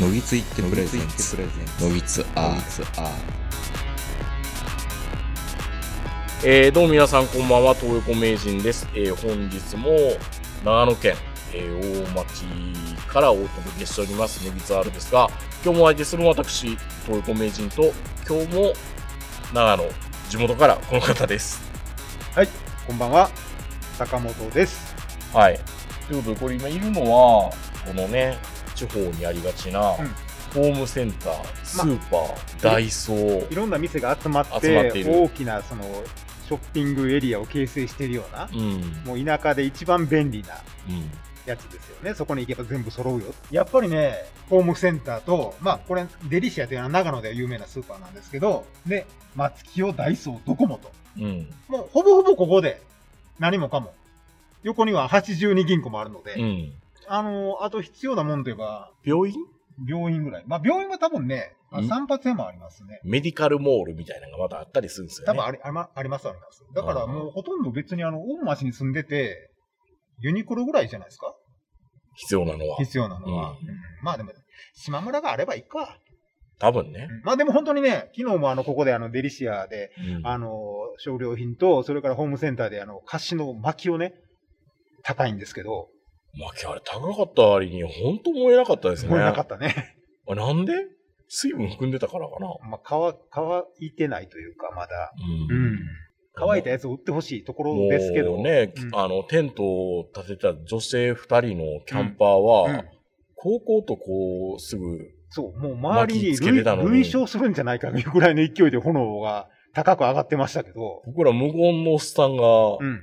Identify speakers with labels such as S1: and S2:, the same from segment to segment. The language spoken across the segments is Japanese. S1: のぎついってプレゼンツのぎつアーツアー
S2: えー、どうも皆さんこんばんは、東横名人です。えー、本日も長野県、えー大町からお届けしております、ネビツアールですが、今日もお相手するのは私、東横名人と、今日も長野、地元からこの方です。
S3: こんばんは、坂本です。
S2: はい。ということで、これ今いるのは、このね、地方にありがちな、
S3: ん
S2: ホームセンター、スーパー、ダイソー
S3: い、ろんな店が集まって、
S2: 集まっている
S3: 大きなそのショッピングエリアを形成しているような、
S2: うん、うん。
S3: もう田舎で一番便利なやつですよね。そこに行けば全部揃うよ。やっぱりね、ホームセンターと、まあこれ、デリシアというのは長野では有名なスーパーなんですけど、で、松清、ダイソー、ドコモと。
S2: うん。
S3: もうほぼほぼここで何もかも。横には82銀行もあるので、
S2: うん。
S3: あのあと必要なもんといえば、
S2: 病院
S3: 病院ぐらい。まあ病院は多分ね、あ
S2: ん
S3: 散髪屋もありますね。
S2: メディカルモールみたいなのがまたあったりするんですよ
S3: 多
S2: ね。
S3: 分ありありまありますあります。だからもうほとんど別にあの、大町に住んでて、ユニクロぐらいじゃないですか
S2: 必要なのは。
S3: 必要なのは。
S2: うん
S3: うんまあでも、島村があればいいか。
S2: 多分ね
S3: う。んまあでも本当にね、昨日もあの、ここであの、デリシアで、
S2: うん
S3: あの、少量品と、それからホームセンターであの、貸しの薪をね、高いんですけど、
S2: まあ、今日あれ高かった割に、本当燃えなかったですね。
S3: 燃えなかったね。
S2: あなんで水分含んでたからかな。
S3: まあ乾、乾いてないというか、まだ。
S2: うん
S3: うん。乾いたやつを売ってほしいところですけど
S2: もう。ね、
S3: うん
S2: あの、テントを建てた女性二人のキャンパー
S3: う
S2: は
S3: ん、
S2: 高校とこう、すぐ、
S3: そう、もう周りに
S2: 巻きつけて
S3: 類
S2: たのに
S3: 類焼するんじゃないかというぐらいの勢いで炎が高く上がってましたけど、
S2: 僕ら無言のおっさんが
S3: う、ん。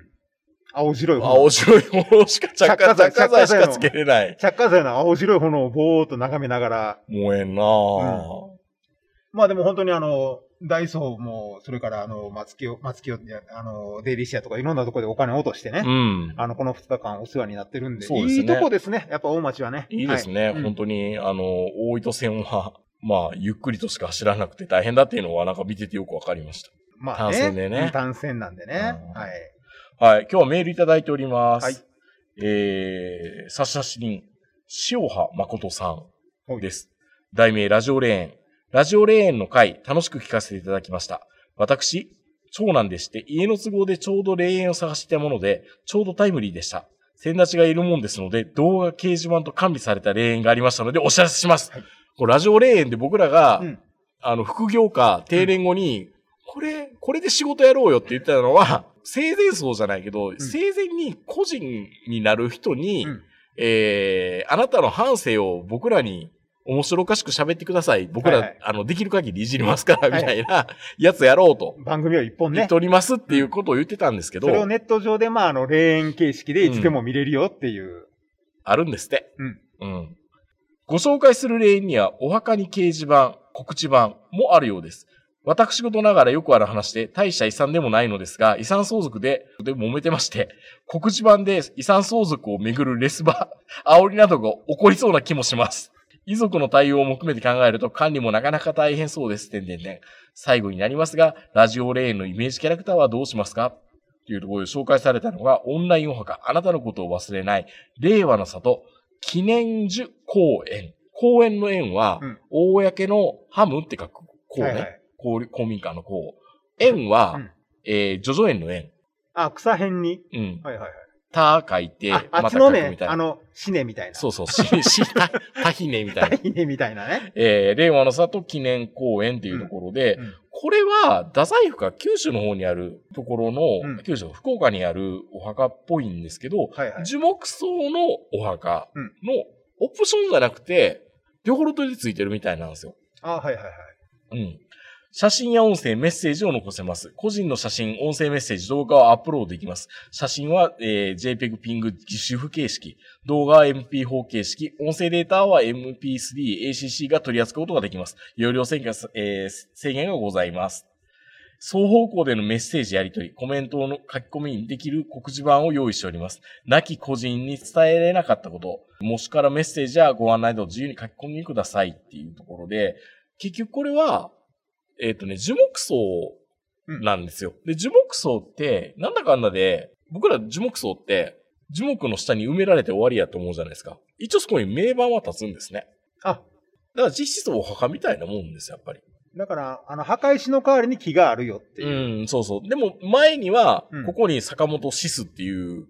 S3: 青白い炎。
S2: 青白いものしか、着火剤、
S3: 着火剤
S2: 着火剤しかつけれない。
S3: 着火剤の青白い炎をぼーっと眺めながら、
S2: 燃えんなぁ。
S3: まあでも本当にあの、ダイソーも、それからあの、松木を、松木を、あの、デイリシアとかいろんなところでお金を落としてね、
S2: うん。
S3: あの、この2日間お世話になってるんで、
S2: そうですね
S3: いいとこですね。やっぱ大町はね。
S2: いいです
S3: はい
S2: ね。
S3: うん
S2: 本当に、あの、大糸線は、まあ、ゆっくりとしか走らなくて大変だっていうのは、なんか見ててよくわかりまし
S3: まあね。
S2: 単線でね
S3: うん単線なんでね。
S2: うん
S3: はい。
S2: た。はい。今日はメールいただいております。
S3: はい
S2: えー、差出人、塩葉誠さん
S3: はい
S2: です。題名、ラジオレーン。ラジオレーンの回、楽しく聞かせていただきました。私、長男でして、家の都合でちょうど霊園を探していたもので、ちょうどタイムリーでした。先立ちがいるもんですので、動画掲示板と完備された霊園がありましたので、お知らせします。
S3: はい
S2: こうラジオ霊園で僕らが、
S3: うん
S2: あの、副業か、定年後に、これ、これで仕事やろうよって言ってたのは、生前層じゃないけど、生前に個人になる人に、
S3: うん
S2: えー、あなたの半生を僕らに面白おかしく喋ってください。僕ら、
S3: はいはい
S2: あの、できる限りいじりますから、
S3: は
S2: み
S3: い
S2: たいなやつやろうと。
S3: 番組を一本
S2: 言っ
S3: ね
S2: て。おりますっていうことを言ってたんですけど
S3: そ、れをネット上で、まあ、あの、霊園形式でいつでも見れるよっていう。
S2: あるんですって。
S3: うん。
S2: うん。ご紹介する例には、お墓に掲示板、告知板もあるようです。私事ながらよくある話で、大した遺産でもないのですが、遺産相続で、で揉めてまして、告知板で遺産相続をめぐるレスバー、煽りなどが起こりそうな気もします。遺族の対応も含めて考えると管理もなかなか大変そうです。てんてんてん。最後になりますが、ラジオレーンのイメージキャラクターはどうしますかというところで紹介されたのが、オンラインお墓、あなたのことを忘れない、令和の里、記念樹公園。公園の園は、
S3: うん
S2: 公のハムって書く公ね、
S3: はいはい
S2: 公公民館の公。園は、
S3: うん
S2: えー、ジョジョ園の園。
S3: あ、草辺に。
S2: うん。
S3: はいはい
S2: た書いて、
S3: はい。あ、あっち
S2: 書
S3: の
S2: く
S3: ね
S2: み、たい
S3: あ
S2: な。
S3: の、死ねみたいな。
S2: そうそう、し、 し、た、たひねみたい な。
S3: 大ねみたいなね。
S2: えー、令和の里記念公園っていうところで、
S3: うん
S2: これは、太宰府か九州の方にあるところの、
S3: うん
S2: 九州、福岡にあるお墓っぽいんですけど、
S3: はいはい。
S2: 樹木葬のお墓のオプションじゃなくて、両方取り付いてるみたいなんですよ。
S3: あ、はいはいはい。
S2: うん。写真や音声、メッセージを残せます。個人の写真、音声メッセージ、動画をアップロードできます。写真は、えー JPEG、PING、自主付形式。動画は MP4 形式。音声データは MP3、ACC が取り扱うことができます。容量制限,、えー制限がございます。双方向でのメッセージやり取り、コメントの書き込みにできる告示板を用意しております。亡き個人に伝えれなかったこと、もしからメッセージやご案内などを自由に書き込みくださいっていうところで、結局これは、えっ、とね、樹木葬なんですよ。で、樹木葬って、なんだかんだで、僕ら樹木葬って、樹木の下に埋められて終わりやと思うじゃないですか。一応そこに名板は立つんですね。だ
S3: あ、
S2: から実質お墓みたいなもんです、やっぱり。
S3: だから、あの、墓石の代わりに木があるよっていう。
S2: うん、そうそう。でも前には
S3: うん、
S2: ここに坂本シスっていう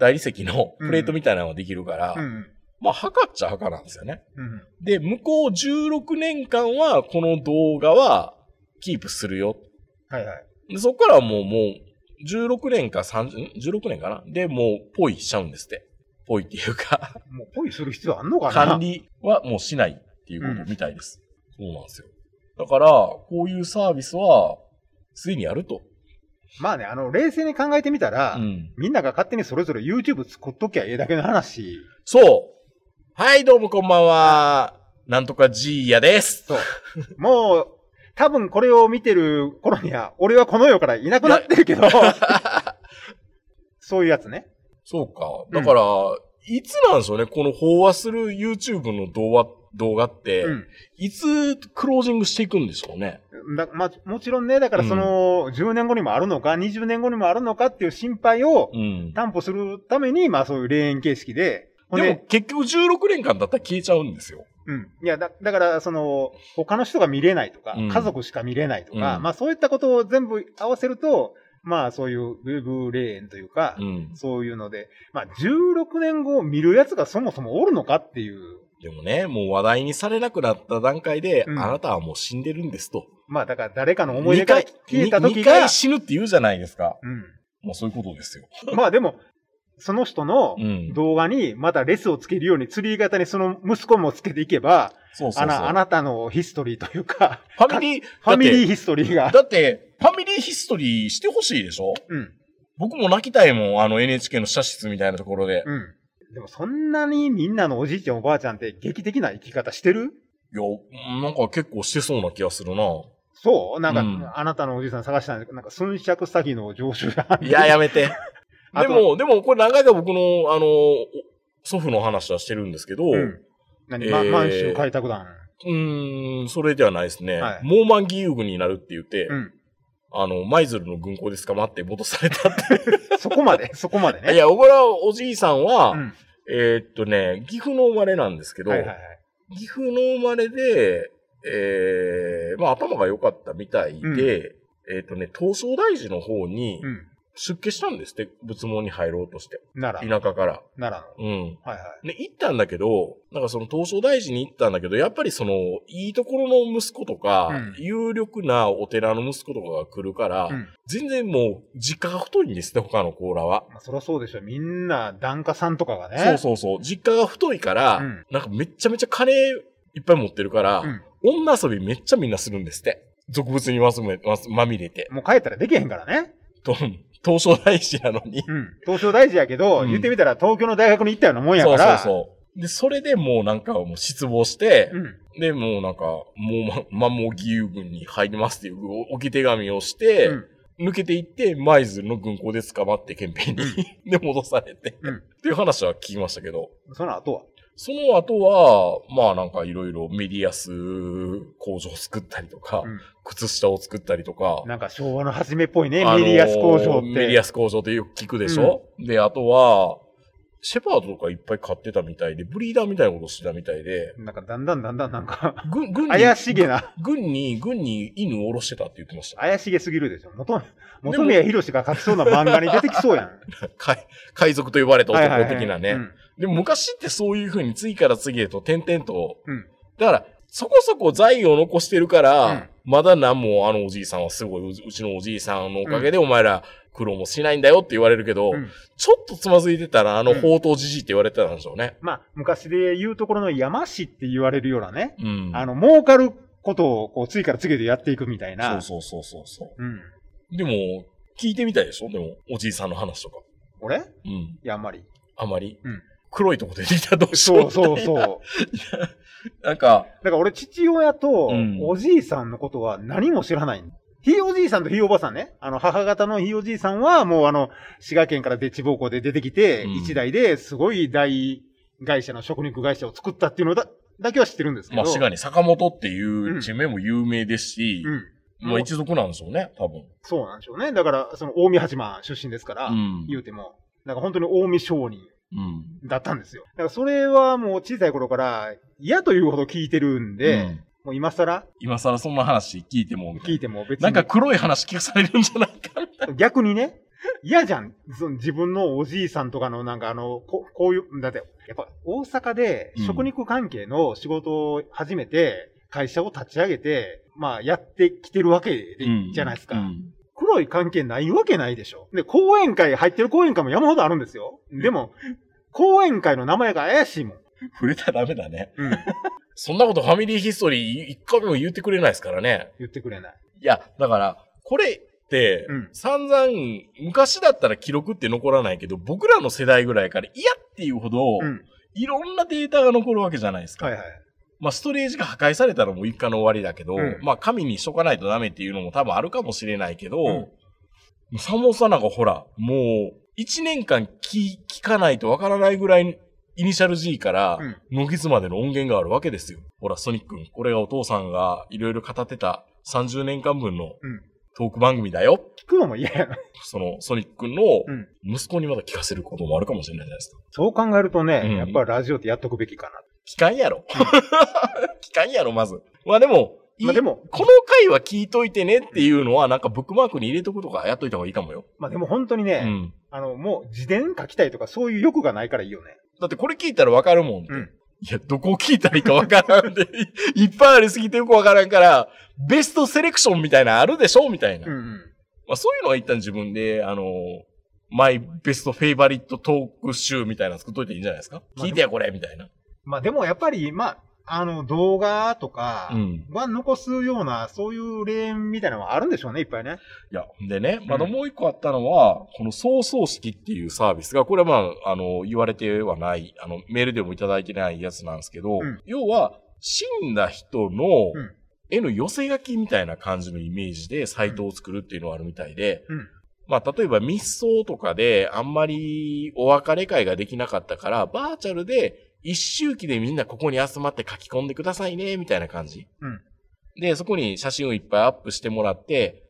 S2: 大理石のプレートみたいなのができるから、
S3: うん。
S2: まあ墓っちゃ墓なんですよね。
S3: うん。
S2: で、向こう16年間はこの動画はキープするよ。
S3: はいはい。
S2: でそこからはもうもう16年か30、16年かなで、もうポイしちゃうんですって。ポイっていうか、
S3: もう恋する必要あんのかな
S2: 管理はもうしないっていうことみたいです。そうなんですよ。だから、こういうサービスは、すでにやると。
S3: まあね、あの、冷静に考えてみたら、
S2: うん。
S3: みんなが勝手にそれぞれ YouTube 作っときゃええだけの話。
S2: そうはい、どうもこんばんは。なんとかジーヤです。
S3: もう、多分これを見てる頃には、俺はこの世からいなくなってるけど、 そういうやつね。
S2: そうか。だから、いつなんでしょうね、この飽和する YouTube の動画、動画って、
S3: う
S2: いつクロージングしていくんでしょうね。
S3: ん。だまあ、もちろんね、だからその、10年後にもあるのか、20年後にもあるのかっていう心配を
S2: うん。
S3: 担保するために、まあそういう霊園形式で、ほん
S2: でも
S3: で、
S2: 結局16年間だったら消えちゃうんですよ。
S3: うん。いや、だだから、その、他の人が見れないとか、
S2: うん
S3: 家族しか見れないとか、
S2: うん
S3: まあそういったことを全部合わせると、まあそういうウェブ霊園というか、
S2: うん。
S3: そういうので、まあ、16年後見るやつがそもそもおるのかっていう、
S2: でもね、もう話題にされなくなった段階で、
S3: うん
S2: あなたはもう死んでるんですと。
S3: まあ、だから誰かの思い出から消えた時
S2: 二回
S3: が
S2: 二回、死ぬって言うじゃないですか。
S3: う
S2: もうそういうことですよ。
S3: ん、まあでも、その人の
S2: うん。
S3: 動画にまたレスをつけるように、釣り型にその息子もつけていけば、
S2: そうそうそう。
S3: あなあなたのヒストリーというか、
S2: ファミリー、
S3: ファミリー
S2: ー
S3: ヒストリーが。
S2: だって、ファミリーヒストリーしてほしいでしょ
S3: うん、
S2: 僕も泣きたいもん、あの NHK の社室みたいなところで。
S3: うん。でも、そんなにみんなのおじいちゃんおばあちゃんって劇的な生き方して
S2: い
S3: る
S2: や、なんか結構してそうな気がするな。
S3: そうなんか、
S2: うん
S3: あなたのおじいさん探したんだけど、なんか、寸借詐欺の常習犯
S2: いや、やめて。
S3: あ
S2: で
S3: と
S2: も、でもこれ何回か僕の、あの、お祖父の話はしてるんですけど、
S3: うん。何、ま
S2: えー
S3: 満州開拓団。
S2: うーん、それではないですね。
S3: はい
S2: モーマン義勇軍になるって言って、
S3: うん。
S2: あの、舞鶴の軍港で捕まって戻されたって。
S3: そこ まで、そこまでね。
S2: いや、小倉おじいさんは、
S3: うん。
S2: えーっとね、岐阜の生まれなんですけど、
S3: はいはいはい。
S2: 岐阜の生まれで、えー、まあ頭が良かったみたいで、
S3: うん
S2: えーっとね、東証大寺の方に
S3: う
S2: 出家したんですって、仏門に入ろうとして、
S3: ん。奈
S2: 田
S3: 良。
S2: 舎から。
S3: 奈良の。
S2: うん。
S3: はいはい。
S2: ね、行ったんだけど、なんかその東証大寺に行ったんだけど、やっぱりその、いいところの息子とか、
S3: うん
S2: 有力なお寺の息子とかが来るから、
S3: うん。
S2: 全然もう、実家が太いんですね、他の甲羅は。
S3: まあ、そりゃそうでしょ。みんな、檀家さんとかがね。
S2: そうそうそう。実家が太いから、
S3: うん
S2: なんかめっちゃめちゃ金いっぱい持ってるから、
S3: うん。
S2: 女遊びめっちゃみんなするんですって。俗物にまずめまずまみれて。
S3: もう帰ったらできへんからね。
S2: と東証大寺なのに。
S3: うん。東京大事やけど、
S2: うん
S3: 言ってみたら東京の大学に行ったようなもんや
S2: そ
S3: か
S2: うそう
S3: ら。
S2: そう。で、それでもうなんかもう失望して、
S3: うん。
S2: で、もうなんか、もう ま、摩耗義勇軍に入りますっていうお置き手紙をして、
S3: うん
S2: 抜けていって、舞鶴の軍港で捕まって、憲兵に。 で、戻されて、
S3: うん
S2: っていう話は聞きましたけど、
S3: その後は。
S2: その後は、まあなんかいろいろメディアス工場を作ったりとか、
S3: う
S2: 靴下を作ったりとか
S3: ん。、なんか昭和の初めっぽいね、
S2: あのー
S3: メディアス工場って。
S2: メディアス工場ってよく聞くでしょ、で、あとは、シェパードとかいっぱい買ってたみたいで、ブリーダーみたいなことしてたみたいで、
S3: なんか、だんだんだんだんなんか、
S2: 軍、軍に
S3: 怪しげな、
S2: 軍に、軍に犬を下ろしてたって言ってました。
S3: 怪しげすぎるでしょ。元、元宮博士が書きそうな漫画に出てきそうやん。
S2: 海海賊と呼ばれた
S3: はいはい は
S2: 男
S3: い
S2: 的な
S3: う
S2: ね。
S3: ん
S2: でも昔ってそういう風に次から次へと点々と。
S3: うん
S2: だから、そこそこ財を残してるから、
S3: うん
S2: まだ何もあのおじいさんはすごい、うちうちのおじいさんのおかげでお前ら苦労もしないんだよって言われるけど、
S3: うん
S2: ちょっとつまずいてたらあの
S3: うん
S2: 宝刀じじいって言われてたんでしょうね。
S3: まあ、昔で言うところの山師って言われるようなね、
S2: うん。
S3: あの、儲かることを、こう、次から次へとやっていくみたいな。。
S2: そうそうそうそうそう
S3: うん。
S2: う。でも、聞いてみたいでしょでも、おじいさんの話とか。
S3: 俺い
S2: うん。
S3: や、あんまり。
S2: あまり。
S3: うん
S2: 黒いとこ出てきたらどうしよう
S3: そうそうそう。だか
S2: なんか、
S3: ら俺、父親と
S2: うん、
S3: おじいさんのことは何も知らない。ひいおじいさんとひいおばさんね。あの、母方のひいおじいさんは、もうあの、滋賀県からでっち奉公で出てきて、
S2: うん
S3: 一代ですごい大会社の食肉会社を作ったっていうのだ、だけは知ってるんですけ
S2: ま
S3: ど。
S2: あ、滋賀に坂本っていううん地名も有名ですし、
S3: うん。
S2: まあ一族なんでしょうね、多分。
S3: そうなんでしょうね。だから、その、大見八幡出身ですから、
S2: うん
S3: 言うても、なんか本当に大見商人
S2: うん。
S3: だったんですよ。だからそれはもう小さい頃から嫌というほど聞いてるんで、
S2: うん
S3: もう今更
S2: 今更そんな話聞いても、みたい
S3: 聞いても別に。
S2: ななんか黒い話聞かされるんじゃないかみたい
S3: 逆にね、嫌じゃん。その自分のおじいさんとかのなんかあの、ここういう、だって、やっぱ大阪で
S2: うん
S3: 食肉関係の仕事を始めて、会社を立ち上げて、まあやってきてるわけで
S2: な。
S3: じゃないですか。
S2: うん
S3: 黒い関係ないわけないでしょ。で、講演会、入ってる講演会も山ほどあるんですよ。でも、講演会の名前が怪しいもん。
S2: 触れたらダメだね。
S3: うん。
S2: そんなことファミリーヒストリー一回も言ってくれないですからね。
S3: 言ってくれない。
S2: いや、だから、これって
S3: うん、
S2: 散々、昔だったら記録って残らないけど、僕らの世代ぐらいから嫌っていうほど、
S3: うん。
S2: いろんなデータが残るわけじゃないですか。
S3: はいはい。
S2: まあ、ストレージが破壊されたらもう一家の終わりだけど、
S3: うん
S2: まあ、神にしとかないとダメっていうのも多分あるかもしれないけど、
S3: うん
S2: サモサなんかほら、もう、一年間聞聞かないとわからないぐらい、イニシャル G から
S3: うん、
S2: ノギスまでの音源があるわけですよ。ほら、ソニックン、これがお父さんがいろいろ語ってた30年間分の
S3: うん
S2: トーク番組だよ。
S3: 聞くのも嫌やな。
S2: その、ソニックンの
S3: うん
S2: 息子にまだ聞かせることもあるかもしれないじゃないですか。
S3: そう考えるとね、
S2: うん
S3: やっぱラジオってやっとくべきかな。
S2: 聞かんやろ。 聞かんやろ、まず。まあでも、いい
S3: まあでも、
S2: この回は聞いといてねっていうのは、なんかブックマークに入れとくとかやっといた方がいいかもよ。
S3: まあでも本当にね、
S2: うん。
S3: あの、もう自伝書きたいとかそういう欲がないからいいよね。
S2: だってこれ聞いたらわかるもん。
S3: うん。
S2: いや、どこを聞いたらいいかわからんで、 いいっぱいありすぎてよくわからんから、ベストセレクションみたいなのあるでしょみたいな。
S3: うん
S2: ま
S3: うん。
S2: あそういうのは一旦自分で、あの、マイベストフェイバリットトーク集みたいなの作っといていいんじゃないですか
S3: まあ
S2: 聞いてやこれみたいな。
S3: まあでもやっぱり、まあ、あの、動画とか
S2: うん。
S3: は残すような、そういうレーンみたいなのはあるんでしょうね、いっぱいね。
S2: いや、でね、
S3: ん
S2: まだもう一個あったのは、この送送式っていうサービスが、これはまあ、あの、言われてはない、あの、メールでもいただいてないやつなんですけど、
S3: うん
S2: 要は、死んだ人の
S3: うん
S2: 絵の寄せ書きみたいな感じのイメージでサイトを作るっていうのはあるみたいで、
S3: うん。
S2: まあ、例えば密葬とかであんまりお別れ会ができなかったから、バーチャルで一周期でみんなここに集まって書き込んでくださいね、みたいな感じ。
S3: うん
S2: で、そこに写真をいっぱいアップしてもらって、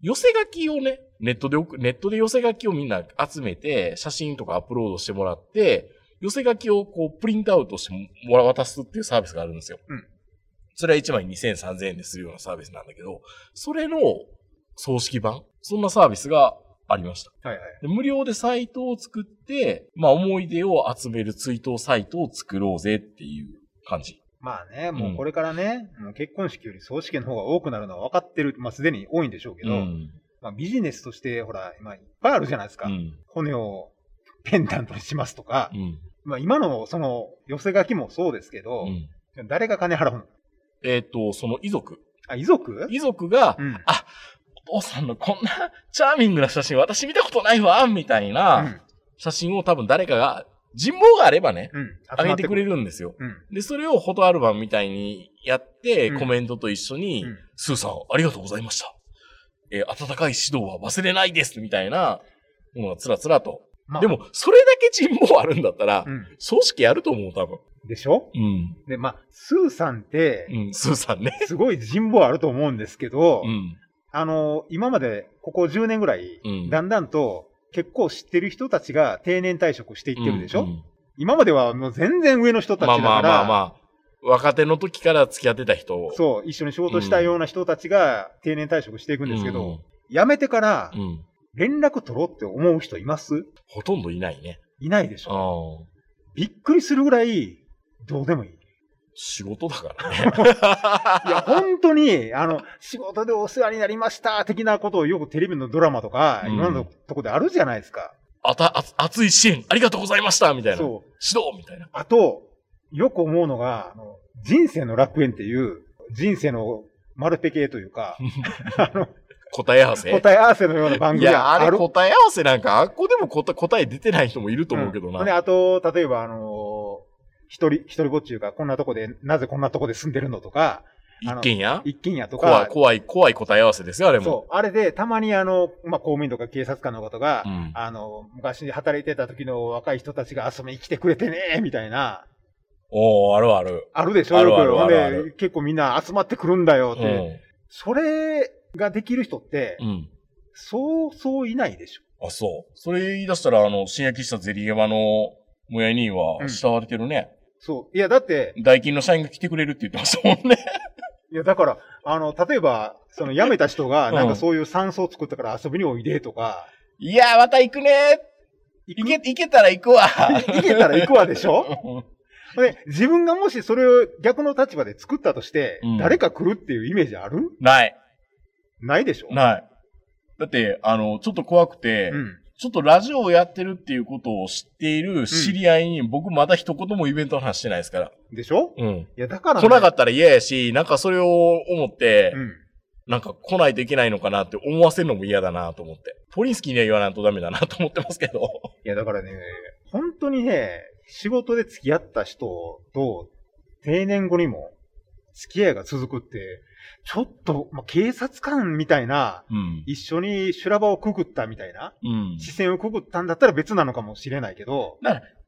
S2: 寄せ書きをね、ネットで送、ネットで寄せ書きをみんな集めて、写真とかアップロードしてもらって、寄せ書きをこうプリントアウトしてもら渡すっていうサービスがあるんですよ。
S3: うん
S2: それは1枚2000、3000円でするようなサービスなんだけど、それの葬式版そんなサービスがありました。
S3: はいはい。
S2: で無料でサイトを作って、まあ思い出を集める追悼サイトを作ろうぜっていう感じ。
S3: まあね、もうこれからね、もう結婚式より葬式の方が多くなるのは分かってる、まあすでに多いんでしょうけど、
S2: うん。
S3: まあビジネスとして、ほら、今いっぱいあるじゃないですか。
S2: うん。
S3: 骨をペンダントにしますとか、
S2: うん。
S3: まあ今のその寄せ書きもそうですけど、
S2: うん
S3: 誰が金払うの
S2: えっ、と、その遺族。
S3: あ、遺族
S2: 遺族が、
S3: うん。
S2: お父さんのこんなチャーミングな写真私見たことないわみたいうなん写真を多分誰かが、人望があればね、
S3: うん。
S2: あげてくれ
S3: る。
S2: るんですよ。
S3: うん。
S2: で、それをフォトアルバムみたいにやって、
S3: うん
S2: コメントと一緒に、
S3: うん
S2: スーさん、ありがとうございました。えー温かい指導は忘れないです、みたいなものがつらつらと。
S3: まあ
S2: で、も、それだけ人望あるんだったら、
S3: うん。
S2: 葬式やると思う、多分。
S3: でしょ
S2: うん。
S3: で、まあ、スーさんって、
S2: うん、スーさんね。
S3: すごい人望あると思うんですけど、
S2: うん。
S3: あの、今までここ10年ぐらい、
S2: うん。
S3: だんだんと結構知ってる人たちが定年退職していってるでしょ、
S2: うんうん
S3: 今まではもう全然上の人たち
S2: ま
S3: だ
S2: あ
S3: か
S2: ま
S3: ら、
S2: あまあまあ。若手の時から付き合ってた人。う
S3: そう、一緒に仕事したような人たちが定年退職していくんですけど、
S2: ん
S3: 辞めてから
S2: うん。うん。
S3: 連絡取ろうって思う人います
S2: ほとんどいないね。
S3: いないでし
S2: あ
S3: ょ
S2: あ。
S3: びっくりするぐらい、どうでもいい。
S2: 仕事だからね。
S3: いや、本当に、あの、仕事でお世話になりました、的なことをよくテレビのドラマとか、
S2: うん
S3: いろんなとこであるじゃないですか。
S2: あた、あつ熱い支援、ありがとうございましたみたいな。指
S3: そう。
S2: 導みたいな。
S3: あと、よく思うのが、あの人生の楽園っていう、人生の丸ペケというか、あの、
S2: 答え合わせ
S3: 答え合わせのような番
S2: い
S3: 組
S2: や、
S3: が
S2: あ
S3: あ
S2: れ
S3: る。
S2: 答え合わせなんか、あっこでも答答え出てない人もいると思うけどな。
S3: んで、あと、例えば、あの、一人、一人ぼっちゅうか、こんなとこで、なぜこんなとこで住んでるのとか、あ
S2: 一
S3: の
S2: 軒家
S3: 一軒家と
S2: 怖い、
S3: か、
S2: 怖い、怖い答え合わせですよ、あれも。
S3: そう、あれで、たまにあの、まあ、公務員とか警察官の方が、
S2: うん。
S3: あの、昔働いてた時の若い人たちが遊びに来てくれてね、みたいな、
S2: おー、あるある。
S3: あるでしょ
S2: ある
S3: よく
S2: あるあるある
S3: ほんで結構みんな集まってくるんだよ
S2: う
S3: っ
S2: ん
S3: て。。それができる人って、
S2: うん。
S3: そうそういないでしょ。
S2: あ、そう。それ言い出したら、あの、新焼したゼリー山のもやいには
S3: うん
S2: 慕われてるね。
S3: そう。いや、だって、
S2: 代金の社員が来てくれるって言ってましたもんね。
S3: いや、だから、あの、例えば、その辞めた人が、
S2: うん
S3: なんかそういう山荘作ったから遊びにおいでとか、
S2: いやー、また行くね
S3: 行
S2: 行
S3: く
S2: け、行けたら行くわ。
S3: 行けたら行くわで しょで、自分がもしそれを逆の立場で作ったとして、
S2: うん
S3: 誰か来るっていうイメージある
S2: ない。
S3: ないでしょ
S2: ない。だって、あの、ちょっと怖くて、
S3: うん。
S2: ちょっとラジオをやってるっていうことを知っている知り合いに、僕まだ一言もイベントの話してないですから。
S3: でしょ
S2: うん。
S3: いや、だから、
S2: 来なかったら嫌やし、なんかそれを思って、
S3: うん。
S2: なんか来ないといけないのかなって思わせるのも嫌だなと思って。ポリンスキーには言わないとダメだなと思ってますけど。
S3: いや、だからね、本当にね、仕事で付き合った人と、定年後にも、付き合いが続くって、ちょっと、まあ、警察官みたいな、
S2: うん。
S3: 一緒に修羅場をくぐったみたいな、
S2: うん。
S3: 視線をくぐったんだったら別なのかもしれないけど、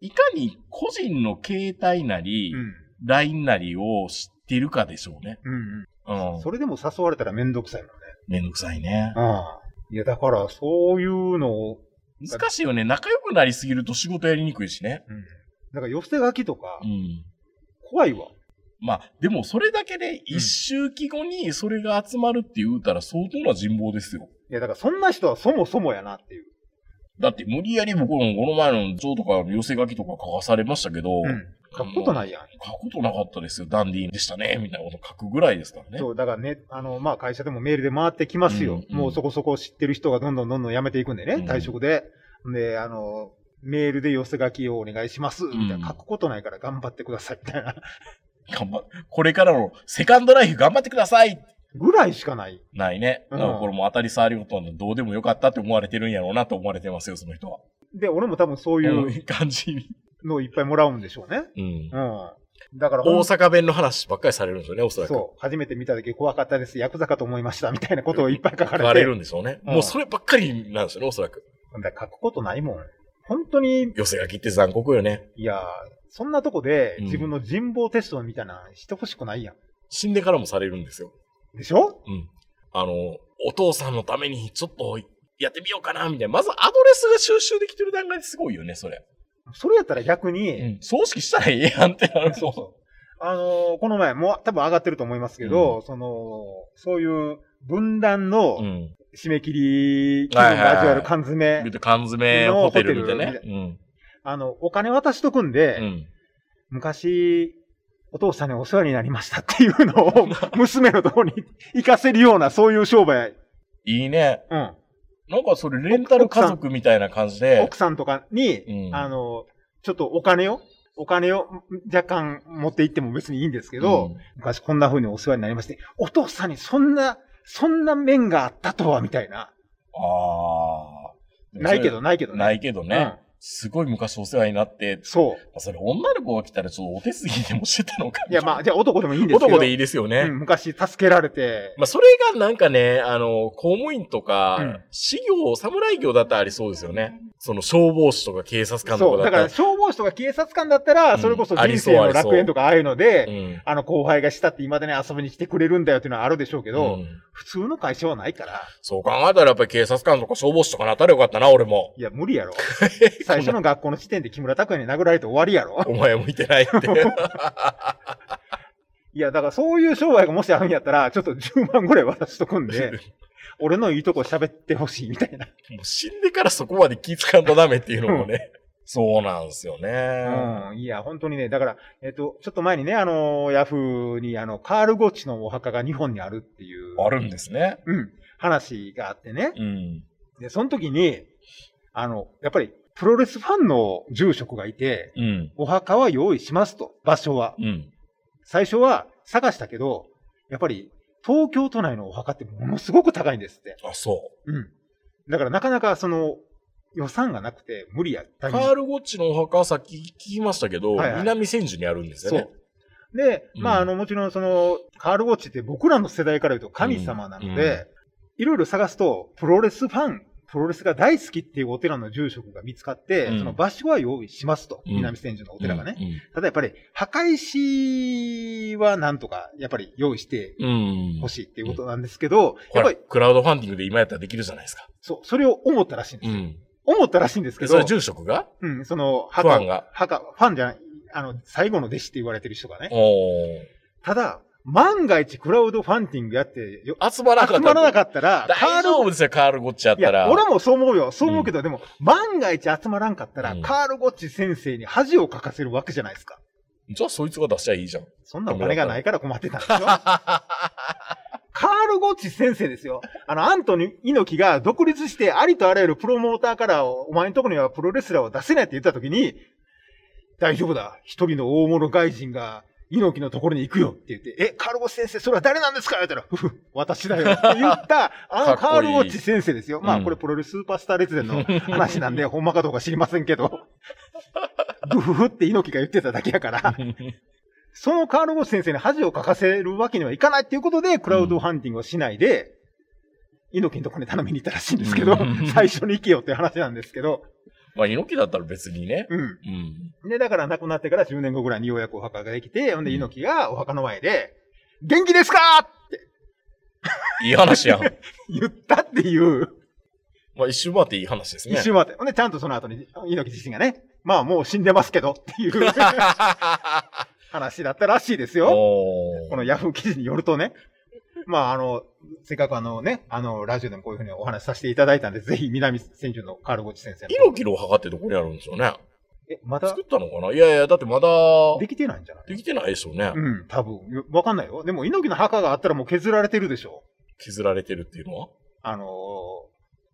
S2: いかに個人の携帯なり、
S3: うん。
S2: LINE なりを知ってるかでしょうね。
S3: うん、
S2: う
S3: うん。
S2: ん。
S3: それでも誘われたらめんどくさいもんね。
S2: めんどくさいね。
S3: ああ。いや、だから、そういうのを、
S2: 難しいよね。仲良くなりすぎると仕事やりにくいしね。
S3: うん。なんか寄せ書きとか
S2: う、ん。
S3: 怖いわ。
S2: まあ、でもそれだけで一周期後にそれが集まるって言うたら相当な人望ですよ。
S3: いや、だからそんな人はそもそもやなっていう。
S2: だって無理やり僕もこの前の蝶とか寄せ書きとか書かされましたけど、
S3: うん。書くことないやん。
S2: 書くことなかったですよ。ダンディーでしたね。みたいなこと書くぐらいですからね。
S3: そう、だからね、あの、まあ、会社でもメールで回ってきますよ。
S2: うん
S3: もうそこそこ知ってる人がどんどんどんどん辞めていくんでね、
S2: うん
S3: 退職で。で、あの、メールで寄せ書きをお願いします、みたいな。書くことないから頑張ってください、みたいな。
S2: 頑張っこれからのセカンドライフ頑張ってください
S3: ぐらいしかない。
S2: ないね。
S3: うん
S2: だからこれも当たり障りごとなんでどうでもよかったって思われてるんやろうなと思われてますよ、その人は。
S3: で、俺も多分そ
S2: こ
S3: ういう
S2: ういう感じに。
S3: のをいっぱいもらうんでしょうね。
S2: うん。
S3: うん。だから、
S2: 大阪弁の話ばっかりされるんですよね、おそらく。
S3: そう、初めて見た時怖かったです。ヤクザかと思いました、みたいなことをいっぱい書か
S2: 書
S3: れて。
S2: かれるんでしょうね。
S3: うん
S2: もうそればっかりなんですよね、おそらく。
S3: だから書くことないもん。本当に、
S2: 寄せ書きって残酷よね。
S3: いや、そんなとこで
S2: うん
S3: 自分の人望テストみたいなのしてほしくないやん。
S2: 死んでからもされるんですよ。
S3: でしょ
S2: うん。あの、お父さんのためにちょっとやってみようかな、みたいな。まずアドレスが収集できてる段階ですごいよね、それ。
S3: それやったら逆に、
S2: うん。葬式したらええやんってなる
S3: そうそう。あのーこの前、もう多分上がってると思いますけど、その、そういう分断の
S2: うん。
S3: 締め切り気分が味わえる缶詰、
S2: 言うと缶詰ホテルみたいなね。うん。
S3: あの、お金渡しとくんで、
S2: うん。
S3: 昔、お父さんにお世話になりましたっていう のを、娘のとこに行かせるような、そういう商売。
S2: いいね。
S3: うん。
S2: なんかそれレンタル家族みたいな感じで
S3: 奥。さんとかに、
S2: うん
S3: あの、ちょっとお金を、お金を若干持って行っても別にいいんですけど、
S2: うん
S3: 昔こんな風にお世話になりまして、お父さんにそんな、そんな面があったとは、みたいな。
S2: ああ。
S3: ないけど、。ないけどね。
S2: ないけど
S3: う
S2: ね
S3: ん。。
S2: すごい昔お世話になって、
S3: そう。
S2: それ女の子が来たらちょっとお手すぎでもしてたのか。
S3: いや、まあ、じゃあ男でもいいんですけど。
S2: 男で
S3: い、
S2: いいですよね。
S3: うん、昔助けられて、
S2: まあ、それがなんかね、あの、公務員とか、
S3: うん
S2: 私業、侍業だったらありそうですよね。その消防士とか警察官と
S3: そ
S2: かだ
S3: う。
S2: っ
S3: だ
S2: た
S3: か
S2: ら。
S3: ら消防士とか警察官だったら、
S2: うん
S3: それこそ
S2: あり
S3: 人
S2: そう
S3: 生の
S2: ありそう
S3: 楽園とかああいうので、
S2: うん。
S3: あの、後輩がしたって今でね、遊びに来てくれるんだよっていうのはあるでしょうけど、
S2: うん
S3: 普通の会社はないから、
S2: そう考えたらやっぱり警察官とか消防士とかなったらよかったな、俺も。
S3: いや、無 理やろ。最初の学校の時点で木村拓哉に殴られて終わりやろ。
S2: お前向いてない って。
S3: いや、だからそういう商売がもしあるんやったら、ちょっと10万ぐらい渡しとくん で、俺のいいとこ喋ってほしいみたいな。
S2: もう死んでからそこまで気づかんとダメっていうのもね。そうなんですよね。
S3: うん。いや、本当にね、だから、えっと、ちょっと前にね、あの、ヤフーに、あの、カール・ゴッチのお墓が日本にあるっていう、
S2: あるんですね。
S3: うん、話があってね。
S2: うん。
S3: で、その時に、あの、やっぱり、プロレスファンの住職がいて、
S2: うん。
S3: お墓は用意しますと、場所は。
S2: うん。
S3: 最初は探したけど、やっぱり東京都内のお墓ってものすごく高いんですって。
S2: あ、そ
S3: うん。だからなかなかその予算がなくて無理やった
S2: う。
S3: り
S2: カール・ゴッチのお墓はさっき聞きましたけど、
S3: はいはい
S2: 南千住にあるんですよ
S3: そ
S2: ね
S3: う。。で、
S2: うん
S3: まあ、あの、もちろんその、カールウォッチって僕らの世代から言うと神様なので、
S2: うんう
S3: いろいろ探すと、プロレスファン、プロレスが大好きっていうお寺の住職が見つかって、
S2: うん
S3: その場所は用意しますと。
S2: うん
S3: 南千住のお寺がね。
S2: うん。
S3: ただやっぱり、墓石はなんとか、やっぱり用意して
S2: うん
S3: ほしいっていうことなんですけど、
S2: ほ
S3: やっぱ
S2: ら、
S3: り、
S2: クラウドファンディングで今やったらできるじゃないですか。
S3: そう、それを思ったらしいんで
S2: う
S3: すよ。
S2: ん。
S3: 思ったらしいんですけ
S2: えそ
S3: ど
S2: れ、住職が
S3: うん、その、
S2: ファンが。
S3: 墓、ファンじゃない、あの、最後の弟子って言われてる人がね。
S2: おー。
S3: ただ、万が一クラウドファンティングやってよ、
S2: 集まらなかった。
S3: 集まらなかったら、
S2: 大丈夫ですよ、カールゴッチやっ
S3: い
S2: たら。
S3: や、俺もそう思うよ。そう思うけど、でも、万が一集まらんかったら、
S2: うん
S3: カールゴッチ先生に恥をかかせるわけじゃないですか。
S2: じゃあそいつが出しちゃいいじゃん。
S3: そんなお金がないから困ってた んですよ。カール・ゴッチ先生ですよ。あの、アントニー・猪木が独立して、ありとあらゆるプロモーターから、お前のとこにはプロレスラーを出せないって言ったときに、大丈夫だ。一人の大物外人が、猪木のところに行くよって言って、え、カール・ゴッチ先生、それは誰なんですか言ったら、ふふ、私だよって 言った、あのカ
S2: かっこい
S3: ー
S2: い
S3: ル・ゴッチ先生ですよ。ま
S2: う
S3: あ、
S2: ん
S3: これプロレススーパースター列 伝の話なんで、ほんまかどうか知りませんけど、ブフフって猪木が言ってただけやから。そのカール・ゴッチ先生に恥をかかせるわけにはいかないっていうことで、クラウドファンディングをしないで、猪木のとこに頼みに行ったらしいんですけ
S2: う
S3: ど
S2: ん、
S3: 最初に行けよっていう話なんですけど、
S2: まあ、猪木だったら別にね。
S3: うん。
S2: うん。
S3: で、だから亡くなってから10年後ぐらいにようやくお墓ができて、ほんで猪木がお墓の前で、元気ですかって
S2: いい話や ん。
S3: 言ったっていう、
S2: まあ、一周回っていい話ですね。
S3: 一瞬待って。ほんで、ちゃんとその後に猪木自身がね、まあもう死んでますけどっていう 話だったらしいですよ。
S2: おー
S3: このヤフー記事によるとね、まあ、あの、せっかくあのね、あの、ラジオでもこういうふうにお話しさせていただいたんで、ぜひ、南千住のカールゴッチ先生の。
S2: 猪木の墓ってどこにあるんでしょうね。
S3: え、まだ
S2: 作ったのかないやいや、だってまだ、
S3: できてないんじゃない
S2: できてないでしょうね。
S3: うん、多分。わかんないよ。でも、猪木の墓があったらもう削られてるでしょ。
S2: 削られてるっていうのは。
S3: あのー、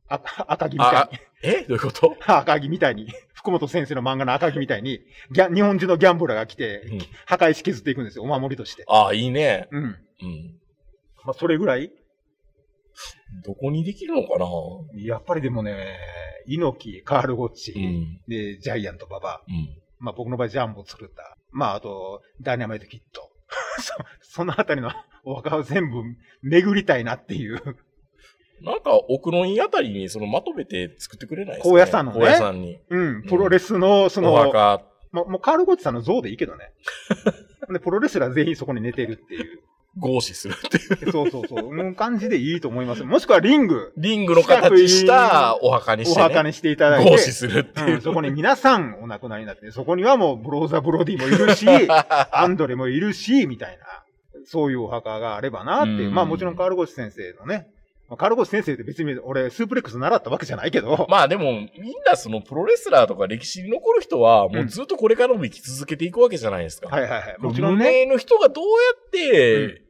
S3: あ赤木みた
S2: あ
S3: いに。、
S2: えどういうこと
S3: 赤木みたいに、福本先生の漫画の赤木みたいに、ギャン日本中のギャンブラーが来て、
S2: うん
S3: 墓石削っていくんですよ、お守りとして。
S2: ああ、いいね。
S3: うん。
S2: うん。
S3: まあ、それぐらい
S2: どこにできるのかな
S3: やっぱりでもね、猪木、カールゴッチ、
S2: うん。
S3: で、ジャイアント馬場、
S2: うん。
S3: まあ僕の場合ジャンボ作った。まああと、ダイナマイトキット。 そそのあたりの お墓を全部巡りたいなっていう。
S2: なんか、奥の院あたりに、その、まとめて作ってくれないですか、
S3: 高野山のね
S2: 高野山に。
S3: うん、プロレスの、その、
S2: お墓。
S3: もうもうカール・ゴッチさんの像でいい けどね。で、プロレスラー全員そこに寝てるっていう。
S2: 合死するっていう。
S3: そうそうそう。うん感じでいいと思います。もしくはリング、
S2: リングの形したお墓にし
S3: お
S2: て、ね。
S3: 墓にしていただい
S2: 合死
S3: て、
S2: するってい
S3: うん、
S2: う。
S3: そこに皆さんお亡くなりになって、そこにはもうブローザ・ブロディもい るし、アンドレもいるし、みたいな、そういうお墓があればなっていう。
S2: うん
S3: まあもちろんカールゴチ先生のね、まあカールゴチ先生って別に俺スープレックス習ったわけじゃないけど、
S2: まあでも、みんなそのプロレスラーとか歴史に残る人は、もうずっとこれからも生き続けていくわけじゃないですか。
S3: はいはいはい。も
S2: も
S3: ち
S2: ち
S3: ろ
S2: ろ
S3: ん
S2: ん
S3: ね。
S2: ね。の人がどうやって、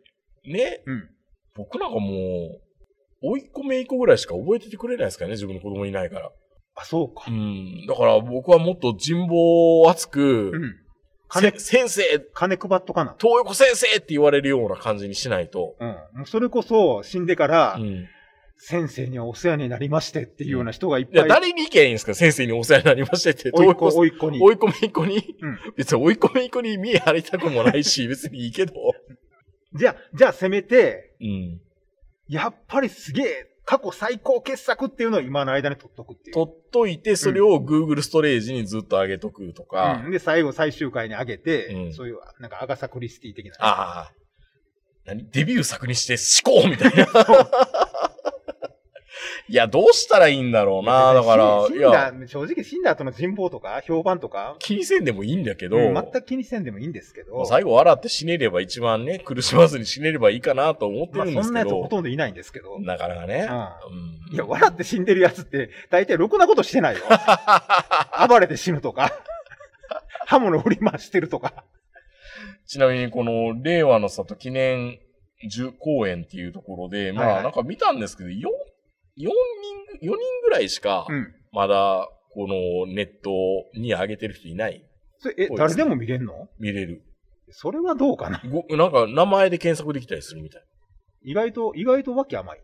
S2: ね、
S3: うん。
S2: 僕なんかもう、追い込めい個ぐらいしか覚えててくれないですからね、自分の子供いないから。
S3: あ、そうか
S2: う。ん。だから僕はもっと人望を厚く、
S3: うん。
S2: せ
S3: 金、
S2: 先生、
S3: 金配っとかな。
S2: 東横先生って言われるような感じにしないと。
S3: うん。もうそれこそ死んでから、
S2: うん。
S3: 先生にはお世話になりましてっていうような人がいっ
S2: いや、
S3: ぱい。
S2: 誰に意見いいんですか先生にお世話になりましてって。
S3: おいっ
S2: 東
S3: 子、
S2: 横
S3: おいっ子に。
S2: 追い込めい個に、
S3: うん
S2: 別に追い込めい個に見え張りたくもない し、別にいいけど。
S3: じゃあ、じゃあせめて、
S2: うん。
S3: やっぱりすげえ、過去最高傑作っていうのを今の間に取っとくっていう。
S2: 取っといて、それを Google ストレージにずっと上げとくとか。
S3: うん、で、最後、最終回に上げて、
S2: うん
S3: そういう、なんか、アガサ・クリスティ的な。
S2: ああ。何デビュー作にして思考みたい な。 いや、どうしたらいいんだろうな。だから、
S3: 死
S2: い
S3: ん
S2: や、
S3: だ、正直死んだ後の人望とか、評判とか、
S2: 気にせんでもいいんだけど、
S3: うん全く気にせんでもいいんですけど、
S2: まあ最後笑って死ねれば一番ね、苦しまずに死ねればいいかなと思って
S3: まあ
S2: るんで
S3: そ
S2: す
S3: んな
S2: け
S3: やつほ
S2: ど、
S3: とんどいないんですけど、
S2: なかなかね。
S3: う
S2: うん
S3: いや、笑って死んでるやつって、大体ろくなことし てないよ。暴れて死ぬとか、刃物振り回してるとか。
S2: ちなみに、この、令和の里記念10公演っていうところで、まあ、
S3: はいはい
S2: なんか見たんですけど、4、4人、4人ぐらいしか、
S3: うん。
S2: まだ、この、ネットに上げてる人いない。
S3: それえ、
S2: そうです
S3: 誰でも見れんの
S2: 見れる。
S3: それはどうかな。
S2: ご、なんか、名前で検索できたりするみたい。
S3: 意外と、意外とわけ甘い。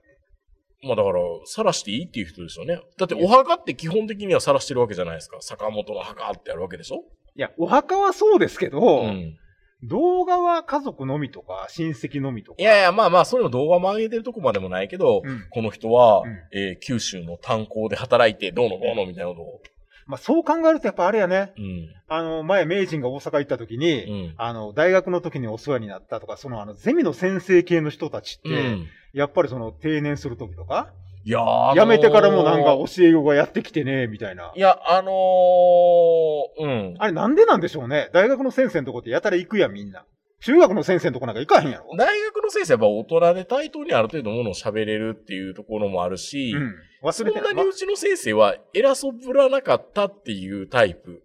S2: まあだから、晒していいっていう人ですよね。だって、お墓って基本的には晒してるわけじゃないですか。坂本の墓ってあるわけでしょ
S3: いや、お墓はそうですけど、
S2: うん。
S3: 動画は家族のみとか、親戚のみとか。
S2: いやいや、まあまあ、それも動画も上げてるとこまでもないけど、
S3: うん
S2: この人は、
S3: うん
S2: えー九州の炭鉱で働いて、どうのこうのみたいなことを。
S3: まあ、そう考えるとやっぱあれやね。
S2: うん。
S3: あの、前、名人が大阪行った時に、
S2: うん。
S3: あの、大学の時にお世話になったとか、その、あの、ゼミの先生系の人たちって、
S2: うん。
S3: やっぱりその、定年する時とか、
S2: いやー、あのー
S3: やめてからもなんか教え子がやってきてね、みたいな。
S2: いや、あのー、うん。
S3: あれなんでなんでしょうね。大学の先生のとこってやたら行くやん、みんな。中学の先生のとこなんか行かへんやろ。
S2: 大学の先生はやっぱ大人で対等にある程度ものを喋れるっていうところもあるし、
S3: うん。忘
S2: そ
S3: れ
S2: ん
S3: て
S2: な
S3: ない。
S2: にうちの先生は偉そうぶらなかったっていうタイプ。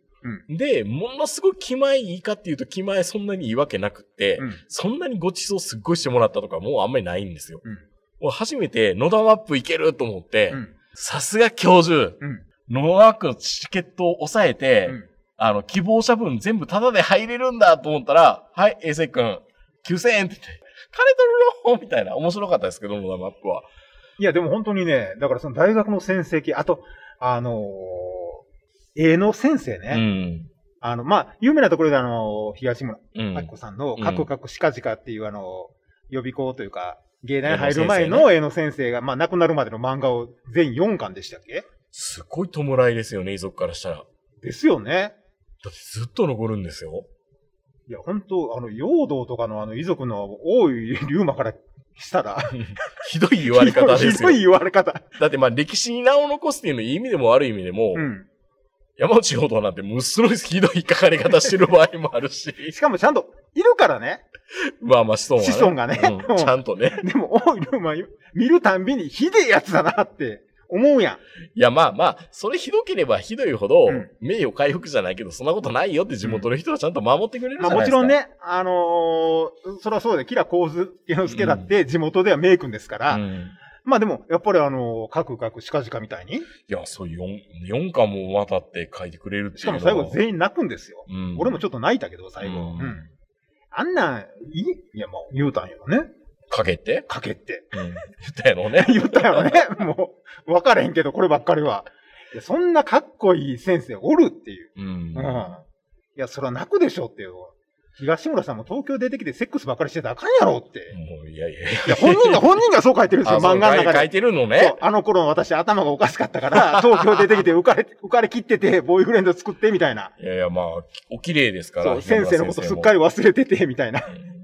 S2: で、ものすごい気前いいかっていうと気前そんなにいいわけなくって、
S3: うん
S2: そんなにごちそうすっごいしてもらったとかもうあんまりないんですよ。
S3: うん
S2: もう初めて野田マップ行けると思って
S3: う、ん。
S2: さすが教授
S3: うん。
S2: 野田マップのチケットを抑えて、
S3: うん
S2: あの、希望者分全部タダで入れるんだと思ったら、はい、衛生君、9000円って言って、金取るのみたいな。面白かったですけど、野田マップは。
S3: いや、でも本当にね、だからその大学の先生系、あと、あのー絵の先生ね。
S2: うん。
S3: あの、まあ、有名なところであのー東村
S2: うん。
S3: 明子さんの、
S2: うん
S3: カクカクシカジカっていうあのー予備校というか、芸大に入る前の絵の先生が、まあ、亡くなるまでの漫画を全4巻でしたっけ
S2: すごい弔いですよね、遺族からしたら。だ
S3: ですよね。
S2: ってずっと残るんですよ。
S3: いや、本当あの、陽道とかのあの、遺族の大井龍馬からしたら、
S2: ひどい 言われ方で
S3: ひ
S2: す
S3: ど
S2: よ
S3: い。言われ方。
S2: だってまあ歴史に名を残すっていうのいい意味でも悪い意味でも、
S3: うん。
S2: 山内報道なんてものすごいひどい書かれ方してる場合もあるし、
S3: しかもちゃんと、いるからね。
S2: まあまあ子孫は、ね。
S3: 子孫がね
S2: う
S3: うん
S2: んちゃんとね。
S3: でも、大井龍馬見るたんびにひでえやつだなって思うやん。
S2: いやまあまあ、それひどければひどいほど、
S3: うん
S2: 名誉回復じゃないけど、そんなことないよって地元の人はちゃんと守ってくれるじ
S3: ま
S2: ゃな
S3: あ
S2: い
S3: も
S2: です
S3: ち
S2: か。
S3: ろん。ね、あのーそりゃそうで、キラコウズケノスケだって地元では名君ですから、
S2: うん、
S3: まあでも、やっぱりあのー、カクカクシカジカみたいに、
S2: いや、そう4、四巻もまたって書いてくれるってい
S3: し
S2: う
S3: か
S2: の
S3: も
S2: は
S3: 最後全員泣くんですよ。
S2: うん、
S3: 俺もちょっと泣いたけど、最後。う
S2: うん
S3: ん。あんなん、いいいや、もう言うたんやろね。
S2: かけて、
S3: かけって。
S2: うん、言ったやろうね。
S3: 言ったよね。もう、分からへんけど、こればっかりは。いやそんなかっこいい先生おるっていう。
S2: うん
S3: うん。いや、そら泣くでしょっていう。東村さんも東京出てきてセックスばっかりしてたらあかんやろって。
S2: もういやいやい
S3: いや、本人が、本人がそう書いてるんです
S2: や。
S3: よ、
S2: あそう
S3: 漫画の
S2: 書い
S3: 中
S2: 書
S3: で
S2: い。てるの
S3: そう
S2: ね。
S3: あの頃の私頭がおかしかっ たから、東京出てきて浮かれ、浮かれ切ってて、ボーイフレンド作ってみたいな。
S2: いやいや、まあ、お綺麗ですから。
S3: そう、先生のことすっか
S2: り。
S3: り忘れてて、みたいな。
S2: うん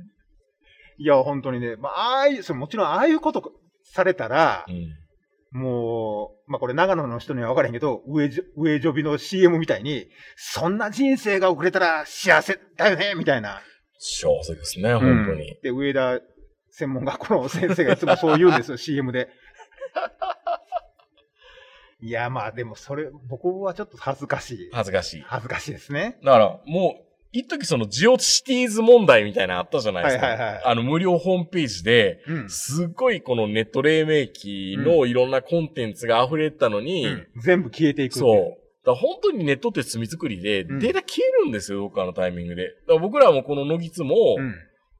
S3: いや、本当にね、まあ、ああいう、そうもちろんああいうことされたら
S2: う、ん
S3: もう、まあこれ長野の人には分からへんけど、上じょ、上ジョビの CM みたいに、そんな人生が遅れたら幸せだよね、みたいな。
S2: 幸せですね、本当に。
S3: で、上田専門学校の先生がいつもそう言うんですよ、CM で。いや、まあでもそれ、僕はちょっと恥ずかしい。
S2: 恥ずかしい。
S3: 恥ずかしいですね。
S2: だから、もう、一時そのジオシティーズ問題みたいなのあったじゃないですか。
S3: はいはいはい
S2: あの、無料ホームページで、
S3: うん。
S2: すっごいこのネット黎明期のいろんなコンテンツが溢れてたのに、
S3: うん全部消えていくってい
S2: そう。だから本当にネットって罪作りで、
S3: うん
S2: データ消えるんですよ、どっかのタイミングで。だから僕らもこの野木津も、
S3: うん。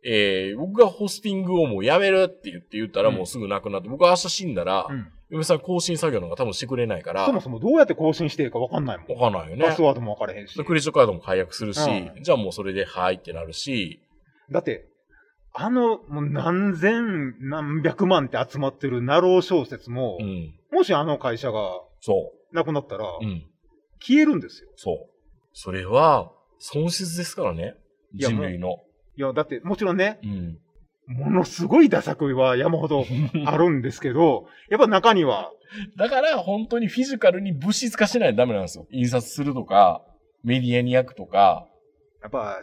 S2: えー僕がホスティングをもうやめるって言って言ったら
S3: うん
S2: もうすぐなくなって、僕は明日死んだら、
S3: うん。
S2: 嫁さん更新作業なんか多分してくれないから、
S3: そもそもどうやって更新していいか分かんないもん。
S2: わかんないよね。
S3: パスワードも分からへんし
S2: で。クレジットカードも解約するし、
S3: うん
S2: じゃあもうそれで、はいってなるし、
S3: だって、あの、もう何千何百万って集まってるナロー小説も、
S2: うん。
S3: もしあの会社が
S2: そ
S3: なくなったら、
S2: う。うん。
S3: 消えるんですよ。
S2: そう。それは、損失ですからね。
S3: いや
S2: 人類の。
S3: いや、だって、もちろんね、
S2: うん。
S3: ものすごいダサ作は山ほどあるんですけど、やっぱ中には、
S2: だから、本当にフィジカルに物質化しないとダメなんですよ。印刷するとか、メディアに焼くとか、
S3: やっぱ、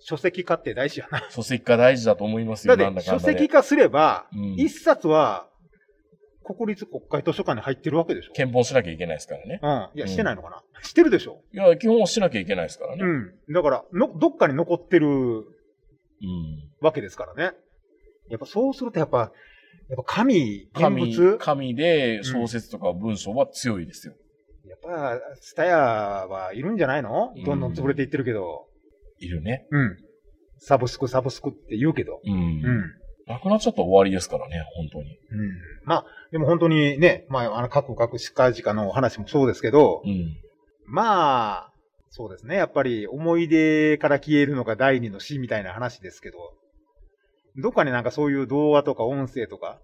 S3: 書籍化って大事やな。
S2: 書籍化大事だと思います
S3: だ
S2: よ、
S3: っ
S2: なん
S3: て、
S2: だか
S3: 書
S2: んだで。
S3: 籍化すれば、
S2: うん
S3: 一冊は、国立国会図書館に入ってるわけでしょ。
S2: 検本しなきゃいけないですからね。
S3: うん。いや、してないのかな、してるでしょ。
S2: いや、基本はしなきゃいけないですからね。
S3: うん。だから、の、どっかに残ってる
S2: うん。
S3: わけですからね。やっぱそうすると、やっぱ、やっぱ神、現
S2: 紙
S3: 物、
S2: 紙で小説とか文章は強いですよ。
S3: やっぱ、スタヤはいるんじゃないの
S2: うん
S3: どんどん潰れていってるけど。
S2: いるね。
S3: うん。サブスク、サブスクって言うけど。
S2: うん
S3: うん。うん。
S2: なくなっちゃったら終わりですからね、本当に。
S3: まあ、でも本当にね、まあ、あの、各各司会時間のお話もそうですけど、
S2: うん。
S3: まあ、そうですね。やっぱり思い出から消えるのが第二の死みたいな話ですけど、どっかになんかそういう動画とか音声とか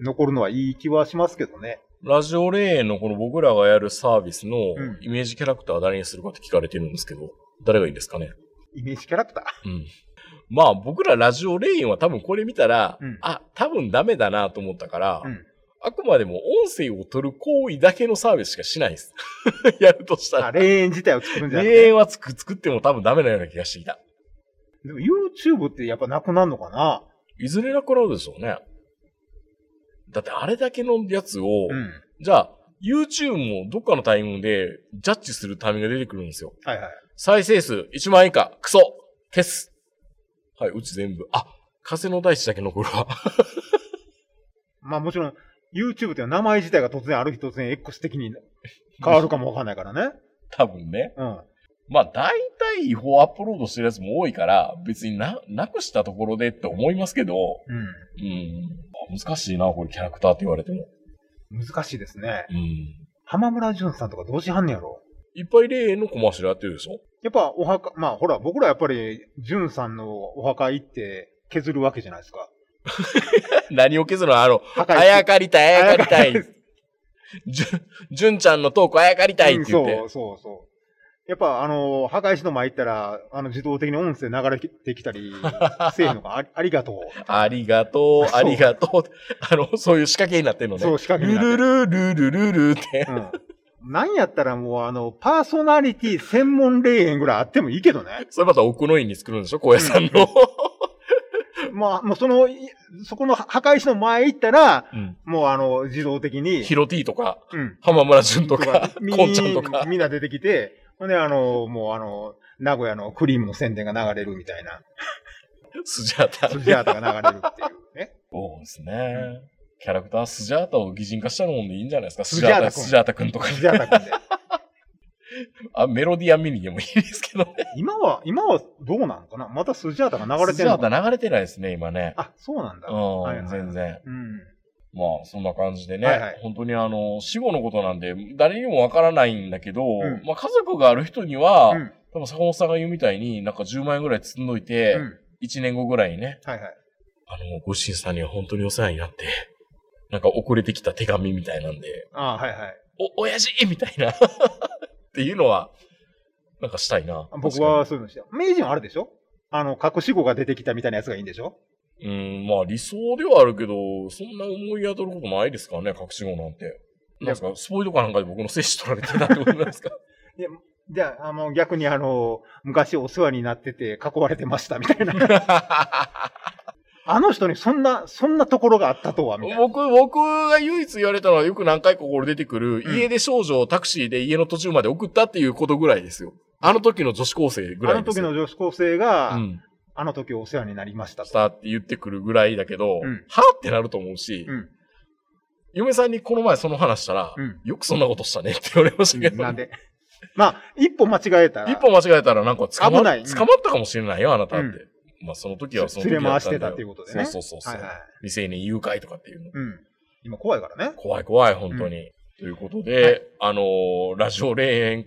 S3: 残るのはいい気はしますけどね。
S2: ラジオ霊園のこの僕らがやるサービスの
S3: ん
S2: イメージキャラクターは誰にするかって聞かれてるんですけど、誰がいいですかね。
S3: イメージキャラクター。
S2: うん。まあ僕らラジオ霊園は多分これ見たら、
S3: うん
S2: あ、多分ダメだなと思ったから、
S3: うん
S2: あくまでも音声を取る行為だけのサービスしかしないです。 やるとした
S3: あ、
S2: ら。
S3: 霊園自体を作るんじゃなく
S2: 霊
S3: て。
S2: 園はつく作っても多分ダメなような気がしてきた。
S3: でも YouTube ってやっぱなくなるのかない
S2: ずれなくなるでしょうね。だってあれだけのやつを、
S3: うん。
S2: じゃあ、YouTube もどっかのタイミングでジャッジするタイミングが出てくるんですよ。
S3: はいはい。
S2: 再生数1万円以下、クソ消すはい、うち全部。あ、風の大地だけ残るわ。
S3: まあもちろん、YouTube っていう名前自体が突然ある日突然 X 的に変わるかもわかんないからね。
S2: 多分ね。
S3: うん。
S2: まあ、大体違法アップロードしてるやつも多いから、別にな、なくしたところでって思いますけど、う
S3: う
S2: ん。あ難しいな、これキャラクターって言われても。
S3: ん。難しいですね。
S2: うん。
S3: 浜村淳さんとかどうしはんねやろ
S2: いっぱい例のコマーシャルやってるでしょ
S3: やっぱお墓、まあほら、僕らやっぱり淳さんのお墓行って削るわけじゃないですか。
S2: 何を削るのあの、
S3: 墓行っ
S2: あ
S3: て
S2: やかりたい、あやかりた
S3: あや
S2: い。じゅ、じゅんちゃんのトークあやかりたいって言っ
S3: う
S2: て
S3: ん。そうそうそう。やっぱあの、墓石の前行ったら、あの自動的に音声流れてきた り、せえへんのがありありがとう。
S2: ありがとう、
S3: そう
S2: ありがとう。あの、そういう仕掛けになってんのね。
S3: そう、仕掛けに
S2: ル
S3: なって
S2: ル
S3: る
S2: ルルルルル って。
S3: うん。なんやったらもうあの、パーソナリティ専門霊園ぐらいあってもいいけどね。
S2: それまた奥の院に作るんでしょ小屋さんの。
S3: まあ、もうその、いそこの墓石の前行ったら、
S2: うん。
S3: もうあの、自動的 に、
S2: ヒロティとか、
S3: うん。
S2: 浜村淳とか、
S3: み
S2: コンちゃんとか。
S3: みんな出てきて、ほんであの、もうあの、名古屋のクリームの宣伝が流れるみたいな、
S2: スジャータ。
S3: スジャータが流れるっていうね。
S2: そうですね。キャラクタースジャータを擬人化したのもいいんじゃないですか。ス
S3: ス
S2: ジ
S3: ジ
S2: ャー
S3: ャー
S2: タ、
S3: タ君
S2: スジャータくんとか。
S3: スジャータ君で。
S2: あ、メロディアンミニでもいいですけどね。
S3: 今は、今はどうなのかなまたスジャータが流れ
S2: スジ
S3: てる
S2: ャ
S3: の
S2: ー
S3: かな
S2: タ流れてないですね、今ね。
S3: あ、そうなんだ。はいは
S2: う
S3: い
S2: ん、全然。
S3: うん。
S2: まあ、そんな感じでね、
S3: はいはい
S2: 本当にあの、死後のことなんで、誰にもわからないんだけど、
S3: ん
S2: まあ、家族がある人には、
S3: うん。
S2: 多分坂本さんが言うみたいに、なんか10万円ぐらい積んどいて、
S3: うん。
S2: 1年後ぐらいにね、
S3: はいはい。
S2: あの、ご主人さんには本当にお世話にな って、なんか遅れてきた手紙みたいなんで、
S3: あはいはい。
S2: お、親父みたいな、 っていうのは、なんかしたいな。
S3: 僕はそういうのして。名人はあれでしょあの、隠し子が出てきたみたいなやつがいいんでしょ
S2: 確かに。うん、まあ理想ではあるけど、そんな思い当たることないですからね、隠し子なんて。なんですか、スポイトかなんかで僕の精子取られてたってことなんですか
S3: じゃあ、あの、逆にあの、昔お世話になってて囲われてましたみたいな。 あの人にそんな、そんなところがあったとは、みたいな。
S2: 僕、僕が唯一言われたのはよく何回かこれ出てくる、
S3: うん
S2: 家で少女をタクシーで家の途中まで送ったっていうことぐらいですよ。あの時の女子高生ぐ
S3: あ
S2: ら
S3: の
S2: いです
S3: 時
S2: よ。
S3: の女子高生が、
S2: うん。
S3: あの時お世話になりました
S2: し
S3: と。
S2: たって言ってくるぐらいだけど、
S3: うん
S2: はってなると思うし、
S3: うん。
S2: 嫁さんにこの前その話したら、
S3: うん
S2: よくそんなことしたねって言われましたけど、
S3: なんで。まあ、一歩間違えたら。
S2: 一歩間違えたらなんか捕ま
S3: 危ないうん
S2: 捕まったかもしれないよ、あなたって。
S3: うん
S2: まあその時はその時
S3: 連れ
S2: だ
S3: 回
S2: った
S3: し
S2: んだ
S3: て
S2: よ
S3: たっていうことでね。
S2: そうそうそうそう、
S3: はいはい。
S2: 未成年誘拐とかっていうの。
S3: うん。今怖いからね。
S2: 怖い怖い、本当に。ということで、あのーラジオ霊園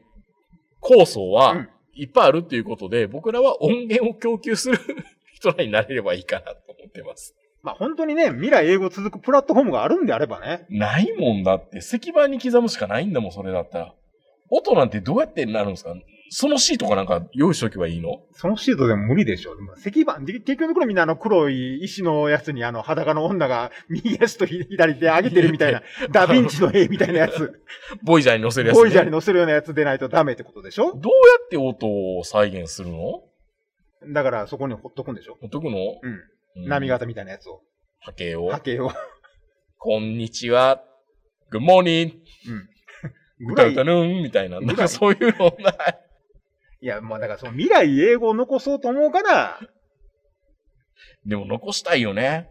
S2: 構想
S3: う
S2: は
S3: ん
S2: いっぱいあるっていうことで、僕らは音源を供給する 人らになれればいいかなと思ってます。
S3: まあ本当にね、未来英語続くプラットフォームがあるんであればね。
S2: ないもんだって、石板に刻むしかないんだもん、それだったら。音なんてどうやってなるんですかそのシートかなんか用意しとけばいいの
S3: そのシートでも無理でしょ。でも石板、で結局のところみんなあの黒い石のやつにあの裸の女が右足と左手上げてるみ たいな、ダヴィンチの絵みたいなやつ、
S2: ボイジャーに載せるやつ、ね。
S3: ボイジャーに載せるようなやつでないとダメってことでしょ
S2: どうやって音を再現するのほ
S3: だからそこにほっとくんでしょ
S2: っとくの、
S3: うん。
S2: うん
S3: 波。形みたいなやつを。
S2: 波形を
S3: 波。形を。
S2: こんにちは。Good morning.
S3: ぐ
S2: 歌
S3: ら
S2: う
S3: い。
S2: た
S3: い
S2: ぬーんみたいな。
S3: ぐ
S2: な
S3: ら
S2: ん
S3: い
S2: かそういうのない。
S3: や、まあだからその未来英語を残そうと思うから、
S2: でも残したいよね。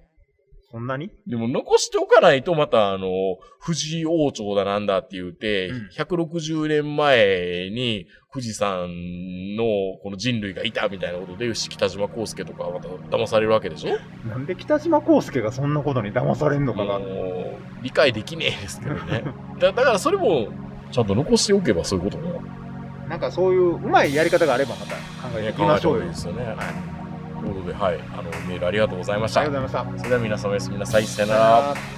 S3: そんなに
S2: でも残しておかないとまたあの、藤井王朝だなんだって言って、
S3: うん
S2: 160年前に富士山のこの人類がいたみたいなことで、北島康介とかはまた騙されるわけでしょ
S3: なんで北島康介がそんなことに騙されんのかが。
S2: もう理解できねえですけどね。 だだからそれも、ちゃんと残しておけばそういうことも
S3: なんかそういううまいやり方があればまた考えていきましょうよ。あ
S2: で
S3: り
S2: すよね。ということで、はい、あの、メールありがとうございました。
S3: がとうございました。
S2: それでは皆様おやすみなさい。さよな
S3: さよ
S2: ら
S3: なら。